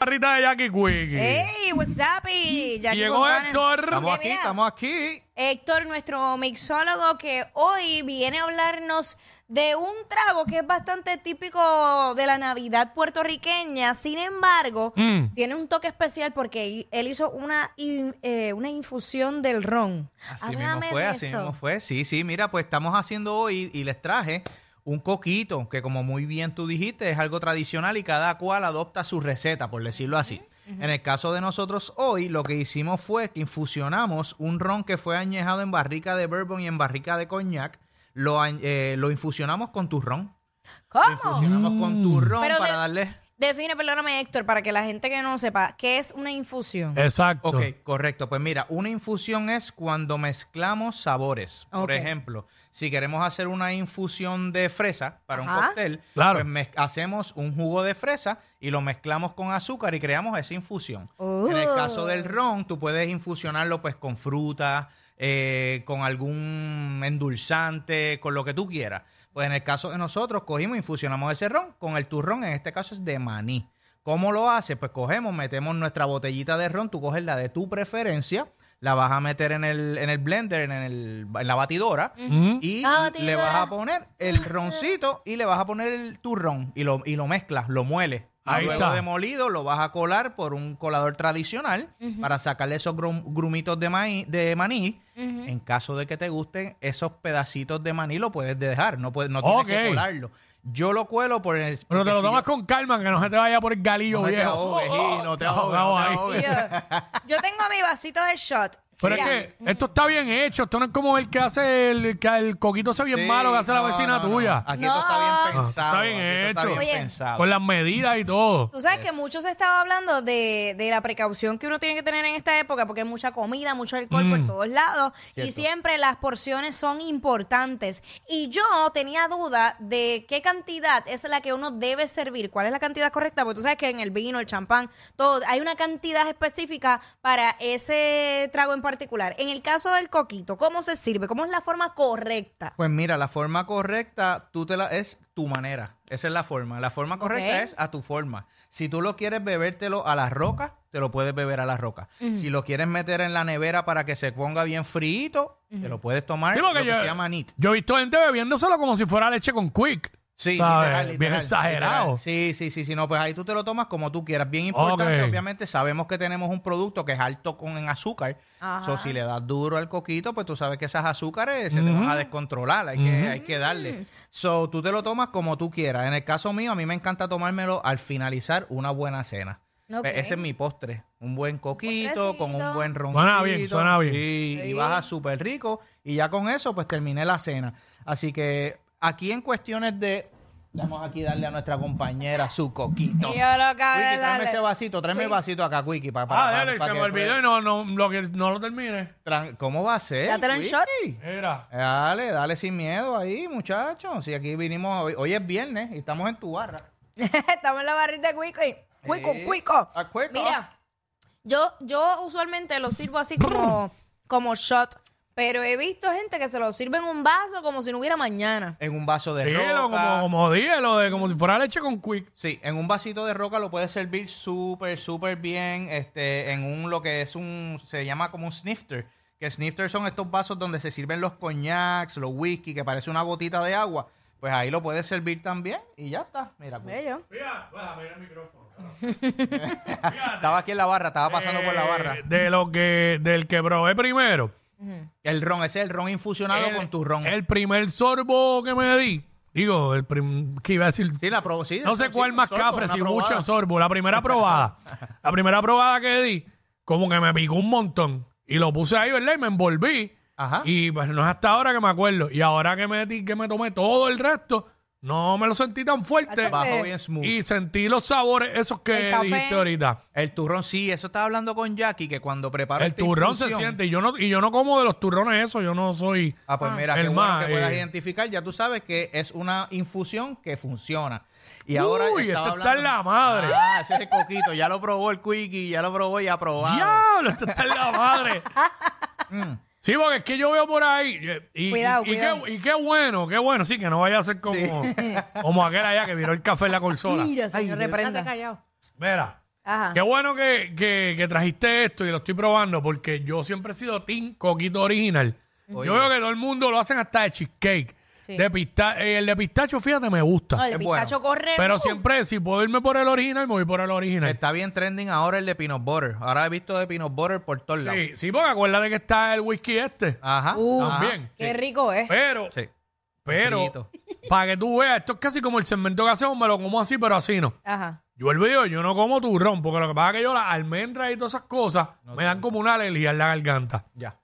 barrita de Jackie Quickie. ¡Ey, what's up! Y Y Jackie llegó Guzmán. Héctor. Estamos Porque aquí, mira- estamos aquí. Héctor, nuestro mixólogo, que hoy viene a hablarnos de un trago que es bastante típico de la Navidad puertorriqueña. Sin embargo, Mm. tiene un toque especial porque hi- él hizo una, in- eh, una infusión del ron. Así Háblame mismo fue, de así eso. mismo fue. Sí, sí, mira, pues estamos haciendo hoy y les traje un coquito, que como muy bien tú dijiste, es algo tradicional y cada cual adopta su receta, por decirlo así. En el caso de nosotros hoy, lo que hicimos fue que infusionamos un ron que fue añejado en barrica de bourbon y en barrica de coñac. Lo, añ- eh, lo infusionamos con turrón. Lo ¿Cómo? infusionamos con turrón Mm. Pero para de- darle... Define, perdóname, Héctor, para que la gente que no sepa, ¿qué es una infusión? Exacto. Ok, correcto. Pues mira, una infusión es cuando mezclamos sabores. Por Ok. ejemplo, si queremos hacer una infusión de fresa para un Ajá. cóctel, Claro. pues mez- hacemos un jugo de fresa y lo mezclamos con azúcar y creamos esa infusión. En el caso del ron, tú puedes infusionarlo pues con fruta, eh, con algún endulzante, con lo que tú quieras. Pues en el caso de nosotros, cogimos, infusionamos ese ron con el turrón, en este caso es de maní. ¿Cómo lo haces? Pues cogemos, metemos nuestra botellita de ron, tú coges la de tu preferencia, la vas a meter en el, en el blender, en, el- en la batidora, Mm. y Ah, le batidora. vas a poner el roncito y le vas a poner el turrón y lo, y lo mezclas, lo mueles. Ahí Luego está. demolido lo vas a colar por un colador tradicional para sacarle esos grum- grumitos de, maíz, de maní. En caso de que te gusten esos pedacitos de maní lo puedes dejar, no, puedes, no tienes Ok. que colarlo. Yo lo cuelo por el... Pero te lo porque si tomas yo- con calma, que no se te vaya por el galillo No te viejo. Oh, ahogues, Gil, no te ahogues, ahogado no te ahí. ahogues. Y Yo, yo tengo mi vasito de shot. Pero Mira, es que esto está bien hecho. Esto no es como el que hace el, que el coquito ese bien Sí, malo que hace la no, vecina no, no. tuya. Aquí esto está bien No. pensado. Está bien aquí esto está hecho. bien Oye, pensado. Con las medidas y todo. Tú sabes que mucho se estaba hablando de, de la precaución que uno tiene que tener en esta época porque hay mucha comida, mucho alcohol por todos lados y Mm. Cierto. siempre las porciones son importantes. Y yo tenía duda de qué cantidad es la que uno debe servir, cuál es la cantidad correcta, porque tú sabes que en el vino, el champán, todo, hay una cantidad específica para ese trago en particular. En el caso del coquito, ¿cómo se sirve? ¿Cómo es la forma correcta? Pues mira, la forma correcta tú te la, es tu manera. Esa es la forma. La forma correcta Ok. es a tu forma. Si tú lo quieres bebértelo a las rocas, te lo puedes beber a las rocas. Si lo quieres meter en la nevera para que se ponga bien frito, te lo puedes tomar Sí, lo porque que yo, se llama NIT. yo he visto gente bebiéndoselo como si fuera leche con quick. Sí, ¿sabes? literal, bien literal, exagerado. literal. Sí, sí, sí, sí, no, pues ahí tú te lo tomas como tú quieras. Bien importante, Ok. obviamente, sabemos que tenemos un producto que es alto con, en azúcar. Ajá. So, si le das duro al coquito, pues tú sabes que esas azúcares se te van a descontrolar, hay, que, hay que Mm. darle. So, tú te lo tomas como tú quieras. En el caso mío, a mí me encanta tomármelo al finalizar una buena cena. Ok. Pues Ese es mi postre. Un buen coquito con un postrecito. buen roncito. Suena bien, suena bien. Sí, y baja súper rico. Y ya con eso, pues terminé la cena. Así que aquí en cuestiones de. Vamos aquí a darle a nuestra compañera su coquito. Y yo lo acabo de Wiki, tráeme darle. ese vasito, tráeme el Wiki. vasito acá, Wiki. Para, para, Ah, para- dale, para se me que olvidó y pruebe. no, no, lo que, no lo termine. Tran- ¿Cómo va a ser? Dátelo en Wiki? shot. Era. Dale, dale sin miedo ahí, muchachos. Si aquí vinimos hoy, hoy es viernes y estamos en tu barra. Estamos en la barrita de cuico y cuico, Eh, cuico. a cuico. Mira, yo, yo usualmente lo sirvo así como, como shot, pero he visto gente que se lo sirve en un vaso como si no hubiera mañana. En un vaso de Dígelo, roca. como, como dígelo, de como si fuera leche con quick. Sí, en un vasito de roca lo puedes servir súper, súper bien. Este, en un lo que es un, se llama como un snifter. Que snifter son estos vasos donde se sirven los coñacs, los whisky, que parece una gotita de agua. Pues ahí lo puedes servir también y ya está. Mira, pues, Bello. Fíjate, déjame ir al micrófono. estaba aquí en la barra, estaba pasando por la barra. Eh, De lo que, del que probé primero. El ron, ese es el ron infusionado El- con turrón. El primer sorbo que me di. Digo, el prim- que iba a decir sí, la probó, sí, No sé sí, cuál un más sorbo, cafre, una si probada. mucho o sorbo. La primera probada. la primera probada que di, como que me picó un montón. Y lo puse ahí, ¿verdad? Y me envolví. Ajá. Y pues no es hasta ahora que me acuerdo. Y ahora que me, di- que me tomé todo el resto, no me lo sentí tan fuerte. Hacho, Bajó bien smooth. Y sentí los sabores esos que El café. dijiste ahorita. El turrón, sí, eso estaba hablando con Jackie, que cuando prepara El esta turrón se infusión- siente. Y yo no, y yo no como de los turrones eso, yo no soy. Ah, pues mira, El qué bueno más, que puedas eh. identificar. Ya tú sabes que es una infusión que funciona. Y Uy, ahora esto estaba está en la madre. Ah, ese es el coquito. Ya lo probó el Quickie, ya lo probó y ha probado. ¡Diablo! Esto está en la madre. Mm. Sí, porque es que yo veo por ahí. eh, Y, Cuidado, y, y cuidado. Qué, y qué bueno, qué bueno. Sí, que no vaya a ser como, como aquel allá que viró el café en la consola. Mira, Ay, señor, de verdad, reprenda. te he callado. Mira, Ajá. Qué bueno que, que- que trajiste esto y lo estoy probando porque yo siempre he sido team coquito original. Oye. Yo veo que todo el mundo lo hacen hasta de cheesecake. Sí. De pista eh, el de pistacho, fíjate, me gusta. No, el es pistacho corre. Pero uf. siempre, si puedo irme por el original, me voy por el original. Está bien trending ahora el de peanut butter. Ahora he visto de peanut butter por todos lados. Sí, sí, porque acuérdate que está el whisky este. Ajá. Uh, ajá. También. Qué rico Pues, es. Pero, Ah. Sí. pero, Frito. para que tú veas, esto es casi como el segmento que hacemos, me lo como así, pero así no. Ajá. Yo el video, yo no como turrón, porque lo que pasa es que yo las almendras y todas esas cosas me dan como una alergia en la garganta. Ya.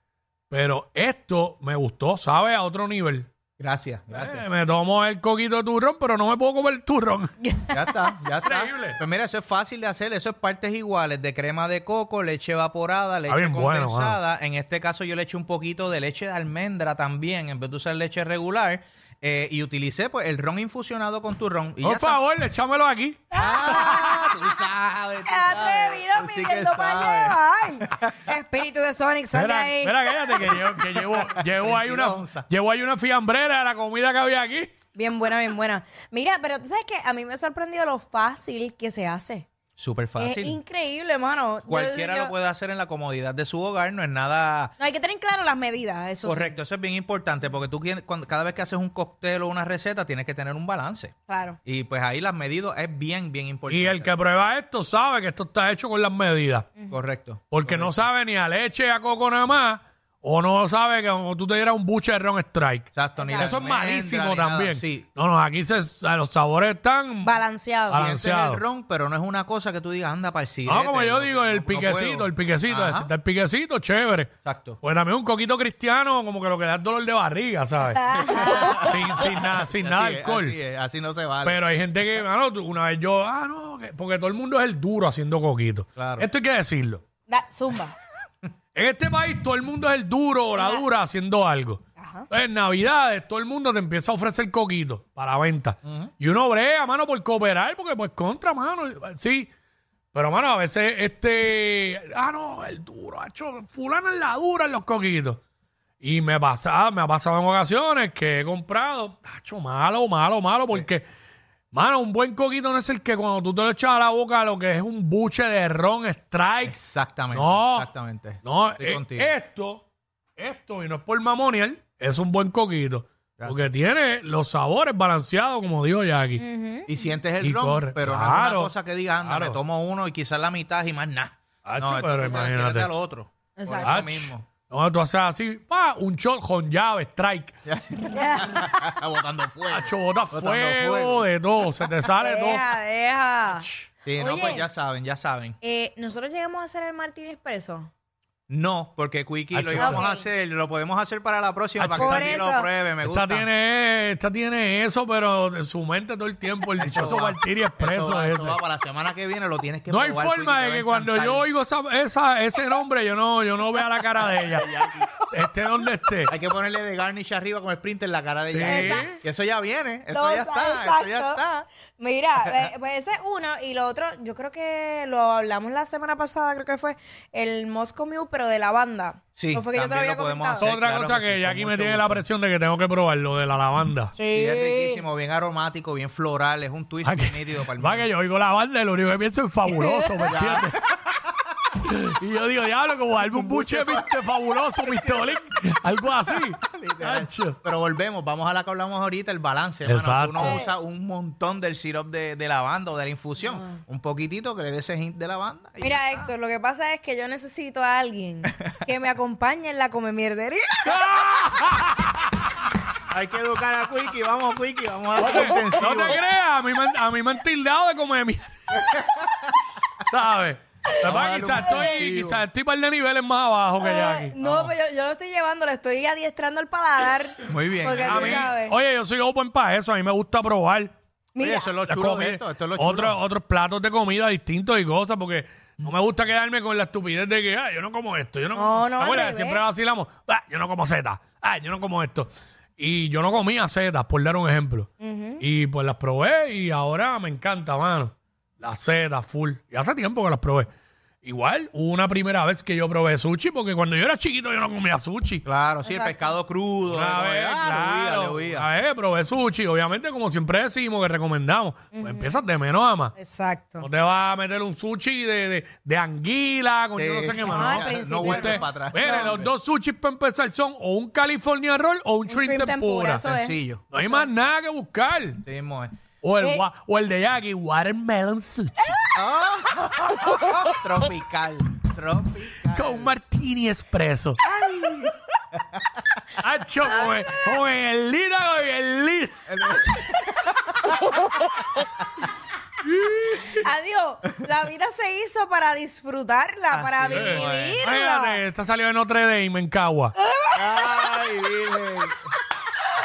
Pero esto me gustó, ¿sabes? A otro nivel. Gracias, gracias. Eh, me tomo el coquito de turrón, pero no me puedo comer turrón. Ya está, ya está. Increíble. Pues mira, eso es fácil de hacer. Eso es partes iguales de crema de coco, leche evaporada, leche Ah, bien bueno, condensada. En este caso yo le eché un poquito de leche de almendra también, en vez de usar leche regular. eh, y utilicé pues el ron infusionado con tu ron. Y ya Por está. favor, échamelo aquí. Ah, tú sabes, tú Qué sabes. atrevido, Tú sí que pidiendo sabes. para llevar. Espíritu de Sonic, sal de Mira, ahí. mira, cállate, que llevo, que llevo, llevo ahí una, 32 onzas. llevo ahí una fiambrera de la comida que había aquí. Bien buena, bien buena. Mira, pero tú sabes que a mí me ha sorprendido lo fácil que se hace. Súper Es fácil. increíble, mano. Yo- Cualquiera yo- lo puede hacer en la comodidad de su hogar, no es nada No, hay que tener claro las medidas, eso sí. correcto. Eso es bien importante porque tú quieres- cuando- cada vez que haces un cóctel o una receta tienes que tener un balance. Claro. Y pues ahí las medidas es bien, bien importante. Y el que prueba esto sabe que esto está hecho con las medidas. Correcto. Porque no sabe ni a leche, a coco nada más, o no sabe que como tú te dieras un buche de ron strike. Exacto. ni Eso la es almendra, malísimo ni nada. también. Sí. No, no, aquí se, los sabores están... Balanceado. Balan- Ese es Balanceado. el ron, pero no es una cosa que tú digas, anda para el siguiente. No, como yo digo, el no piquecito, puedo. el piquecito, Ajá, ese, está el piquecito, chévere. Exacto. Pues también un coquito cristiano, como que lo que da es dolor de barriga, ¿sabes? sin, sin nada, sin nada Así de es, alcohol. Así, es, así no se vale. Pero hay gente que, mano, tú- una vez yo, ah, no, que- porque todo el mundo es el duro haciendo coquito. Claro. Esto hay que decirlo. Da- zumba. En este país todo el mundo es el duro o la dura haciendo algo. Ajá. Entonces, En Navidades todo el mundo te empieza a ofrecer coquito para la venta. Y uno brega, mano, por cooperar, porque pues contra, mano. Sí. Pero, mano, a veces este... Ah, no, el duro, ha hecho... Fulano es la dura en los coquitos. Y me pasa, ah, me ha pasado en ocasiones que he comprado, tacho, malo, malo, malo, porque, mano, un buen coquito no es el que cuando tú te lo echas a la boca lo que es un buche de ron, strike, Exactamente. No. Exactamente. no, Estoy eh, contigo. esto, esto, y no es por mamonial, es un buen coquito. Gracias. Porque tiene los sabores balanceados, como dijo Jackie. Y sientes el Y ron, corre. pero no es Claro. una cosa que digas, anda, Claro. me tomo uno y quizás la mitad y más nada. Hacho, no, pero esto tú te refieres imagínate. a lo otro. Por eso Exacto. Ach, mismo. No, tú haces así, pa, un shot con llave, strike. Botando fuego. Hacho, bota Botando fuego, fuego. de todo, se te sale todo. deja, deja. Sí, no, Oye. pues ya saben, ya saben. Eh, Nosotros llegamos a hacer el Martínez Expreso. No, porque Quickie lo Acho. íbamos Ok. a hacer, lo podemos hacer para la próxima, Acho. para Por que Tati eso. lo pruebe, me gusta. Esta tiene, esta tiene eso, pero en su mente todo el tiempo, el dichoso va. Martiri Eso Expreso va, eso ese. va para la semana que viene, lo tienes que No hay probar, forma Quickie, te de va a que cuando yo encantar. oigo esa, esa- ese nombre, yo no, yo no vea la cara de ella. esté donde esté. Hay que ponerle de garnish arriba con el printer en la cara de Sí. ella. Exacto. Que Eso ya viene, eso Dos, ya está, eso ya exacto. está. Mira, eh, pues ese es uno y lo otro, yo creo que lo hablamos la semana pasada, creo que fue el Moscow Mule, pero de la banda. Sí, ¿O fue que yo te lo también había lo podemos comentado? hacer. Sí, Otra claro cosa que que, sí, ya con aquí mucho me tiene la gusto. presión de que tengo que probar lo de la lavanda. Sí, es riquísimo, bien aromático, bien floral, es un twist Va que, muy nítido para el va que yo oigo lavanda y lo único que pienso es fabuloso, ¿me entiendes? y yo digo, diablo, como darme un buche de fabuloso, pistolín, algo así. Literal. Ancho. Pero volvemos, vamos a la que hablamos ahorita, el balance. hermano. Exacto. Tú no usas un montón del sirope de, de lavanda o de la infusión. Ah. Un poquitito que le des ese hint de lavanda. y Mira, Héctor, lo que pasa es que yo necesito a alguien que me acompañe en la come mierdería. Hay que educar a Quickie, vamos Quickie, vamos a No darle te, intensivo. no te creas, a mí, me, han- a mí me han tildado de comer mierda. ¿Sabes? Vamos a darle Quizás un estoy, intensivo. quizás estoy par de niveles más abajo Eh, que ya aquí. No, Oh. pero yo, yo lo estoy llevando, lo estoy adiestrando al paladar. Muy bien. Porque A tú mí- sabes. Oye, yo soy open para eso, a mí me gusta probar. Oye, Mira, eso es lo la chulo de comida. esto, esto es lo chulo. Otro- otros platos de comida distintos y cosas, porque no me gusta quedarme con la estupidez de que, ah, yo no como esto, yo no, No, como no, al Acuérdate, revés. siempre vacilamos, ah, yo no como setas, ah, yo no como esto. Y yo no comía setas, por dar un ejemplo. Y pues las probé y ahora me encanta, mano. Las setas, full. Y hace tiempo que las probé. Igual, hubo una primera vez que yo probé sushi, porque cuando yo era chiquito yo no comía sushi. Claro, sí, Exacto. el pescado crudo. Una ¿no? vez, Ah, le claro, huía, le huía. una vez probé sushi. Obviamente, como siempre decimos que recomendamos, pues empiezas de menos a más. No Exacto. te vas a meter un sushi de, de, de anguila, con Sí. yo no sé qué No, más. al No, principio. Usted- vuelves para atrás. mire, No, los hombre. dos sushis para empezar son o un California roll o un, shrimp, shrimp tempura, tempura. eso es. Sencillo. No hay más nada que buscar. Sí, mismo es. O el, Eh. wa- o el de Jackie, watermelon sushi tropical. Tropical. con martini espresso. Hacho, con el- con el lira, con el lira. Adiós. La vida se hizo para disfrutarla, para Así es. vivirla. Imagínate, esta salió de Notre Dame en Cagua. Ay, virgen.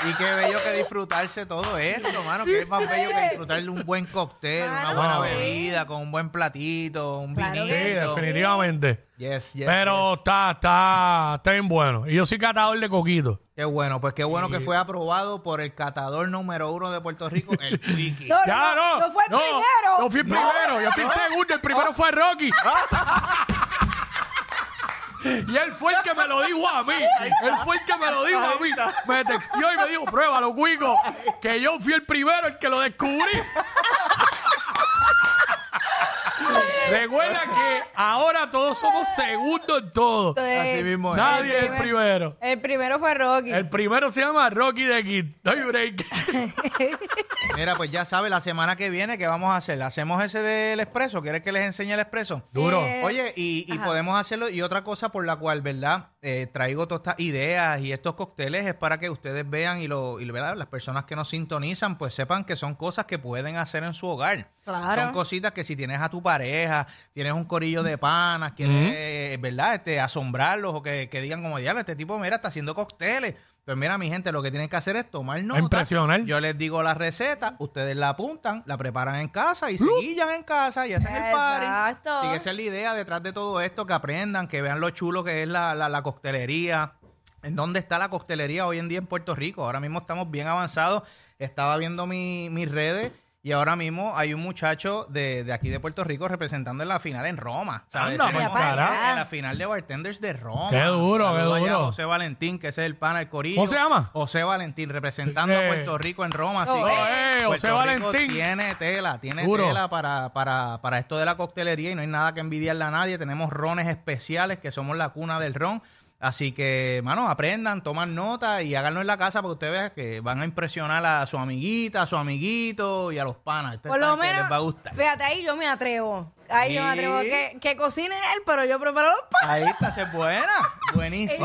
Y qué bello que disfrutarse todo esto, mano. Que es más bello que disfrutarle un buen cóctel, una Claro, buena sí. bebida, con un buen platito, un Claro Sí, que vinito. definitivamente. Yes, yes, Pero yes. está, está, está bien bueno. Y yo soy catador de coquito. Qué bueno, pues qué bueno que fue aprobado por el catador número uno de Puerto Rico, el Quiki. No, Ya, no. no fue el primero. No fui el No. primero. Yo fui el segundo. El primero fue Rocky. Y él fue el que me lo dijo a mí. Él fue el que me lo dijo a mí. Me texteó y me dijo, pruébalo, cuico. Que yo fui el primero, el que lo descubrí. Recuerda que ahora todos somos segundos en todo. Entonces, Así mismo es. Nadie es el primero. El primero fue Rocky. El primero se llama Rocky de Kid. No hay break. Mira, pues ya sabe la semana que viene que vamos a hacer. Hacemos ese del expreso. ¿Quieres que les enseñe el expreso? Duro. Eh, Oye, y, y ajá. podemos hacerlo. Y otra cosa por la cual, ¿verdad? Eh, traigo todas estas ideas y estos cócteles es para que ustedes vean y, lo, y ¿verdad? las personas que nos sintonizan, pues sepan que son cosas que pueden hacer en su hogar. Claro. Son cositas que si tienes a tu pareja, tienes un corillo de panas, quieres, eh, ¿verdad? Este, asombrarlos o que, que digan como, diablo, este tipo, mira, está haciendo cócteles. Pues mira, mi gente, lo que tienen que hacer es tomar nota. impresionar. Yo les digo la receta, ustedes la apuntan, la preparan en casa y se guillan en casa y hacen el party. Exacto. Así que esa es la idea detrás de todo esto, que aprendan, que vean lo chulo que es la, la, la coctelería. ¿En dónde está la coctelería hoy en día en Puerto Rico? Ahora mismo estamos bien avanzados. Estaba viendo mi- mis redes y ahora mismo hay un muchacho de, de aquí de Puerto Rico representando en la final en Roma. ¿sabes? Anda, Tenemos pa'l carajo. en la final de Bartenders de Roma. Qué duro, Saludo qué allá a duro. José Valentín, que ese es el pana del Corillo. ¿Cómo se llama? José Valentín, representando Sí. a Puerto Rico en Roma. Así Oh, que eh, Puerto José Rico Valentín. Tiene tela, tiene Duro. tela para, para, para esto de la coctelería y no hay nada que envidiarle a nadie. Tenemos rones especiales que somos la cuna del ron. Así que, mano, aprendan, toman nota y háganlo en la casa porque ustedes vean que van a impresionar a su amiguita, a su amiguito y a los panas. Ustedes Por lo saben que menos, les va a gustar. fíjate, ahí yo me atrevo. Ahí yo me atrevo. Sí. Ah. Que, que cocine él, pero yo preparo los pa- Ahí está, esa es buena. Buenísimo.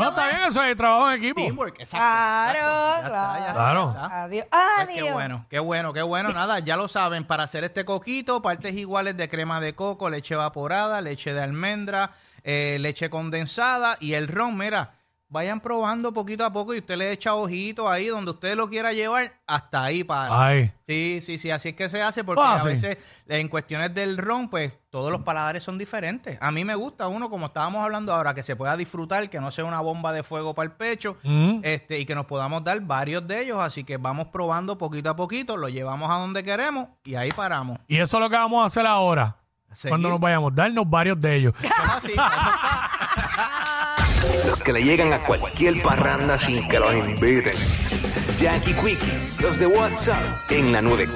No, está bien, eso es trabajo en equipo. Teamwork, exacto. Claro, exacto. Ya claro. está, ya está, Claro. ya está. Adiós. Ay, Adiós. Ah, qué bueno, qué bueno, qué bueno. Nada, ya lo saben, para hacer este coquito, partes iguales de crema de coco, leche evaporada, leche de almendra, eh, leche condensada y el ron. Mira, vayan probando poquito a poco y usted le echa ojito ahí donde usted lo quiera llevar, hasta ahí para. Ay. Sí, sí, sí, así es que se hace porque a Fácil. veces en cuestiones del ron, pues todos los paladares son diferentes. A mí me gusta uno, como estábamos hablando ahora, que se pueda disfrutar, que no sea una bomba de fuego para el pecho Mm. este, y que nos podamos dar varios de ellos. Así que vamos probando poquito a poquito, lo llevamos a donde queremos y ahí paramos. Y eso es lo que vamos a hacer ahora. Seguir. Cuando nos vayamos, darnos varios de ellos. Somos así, nosotros Los que le llegan a cualquier parranda sin que los inviten. Jackie Quickie, los de WhatsApp en la 9.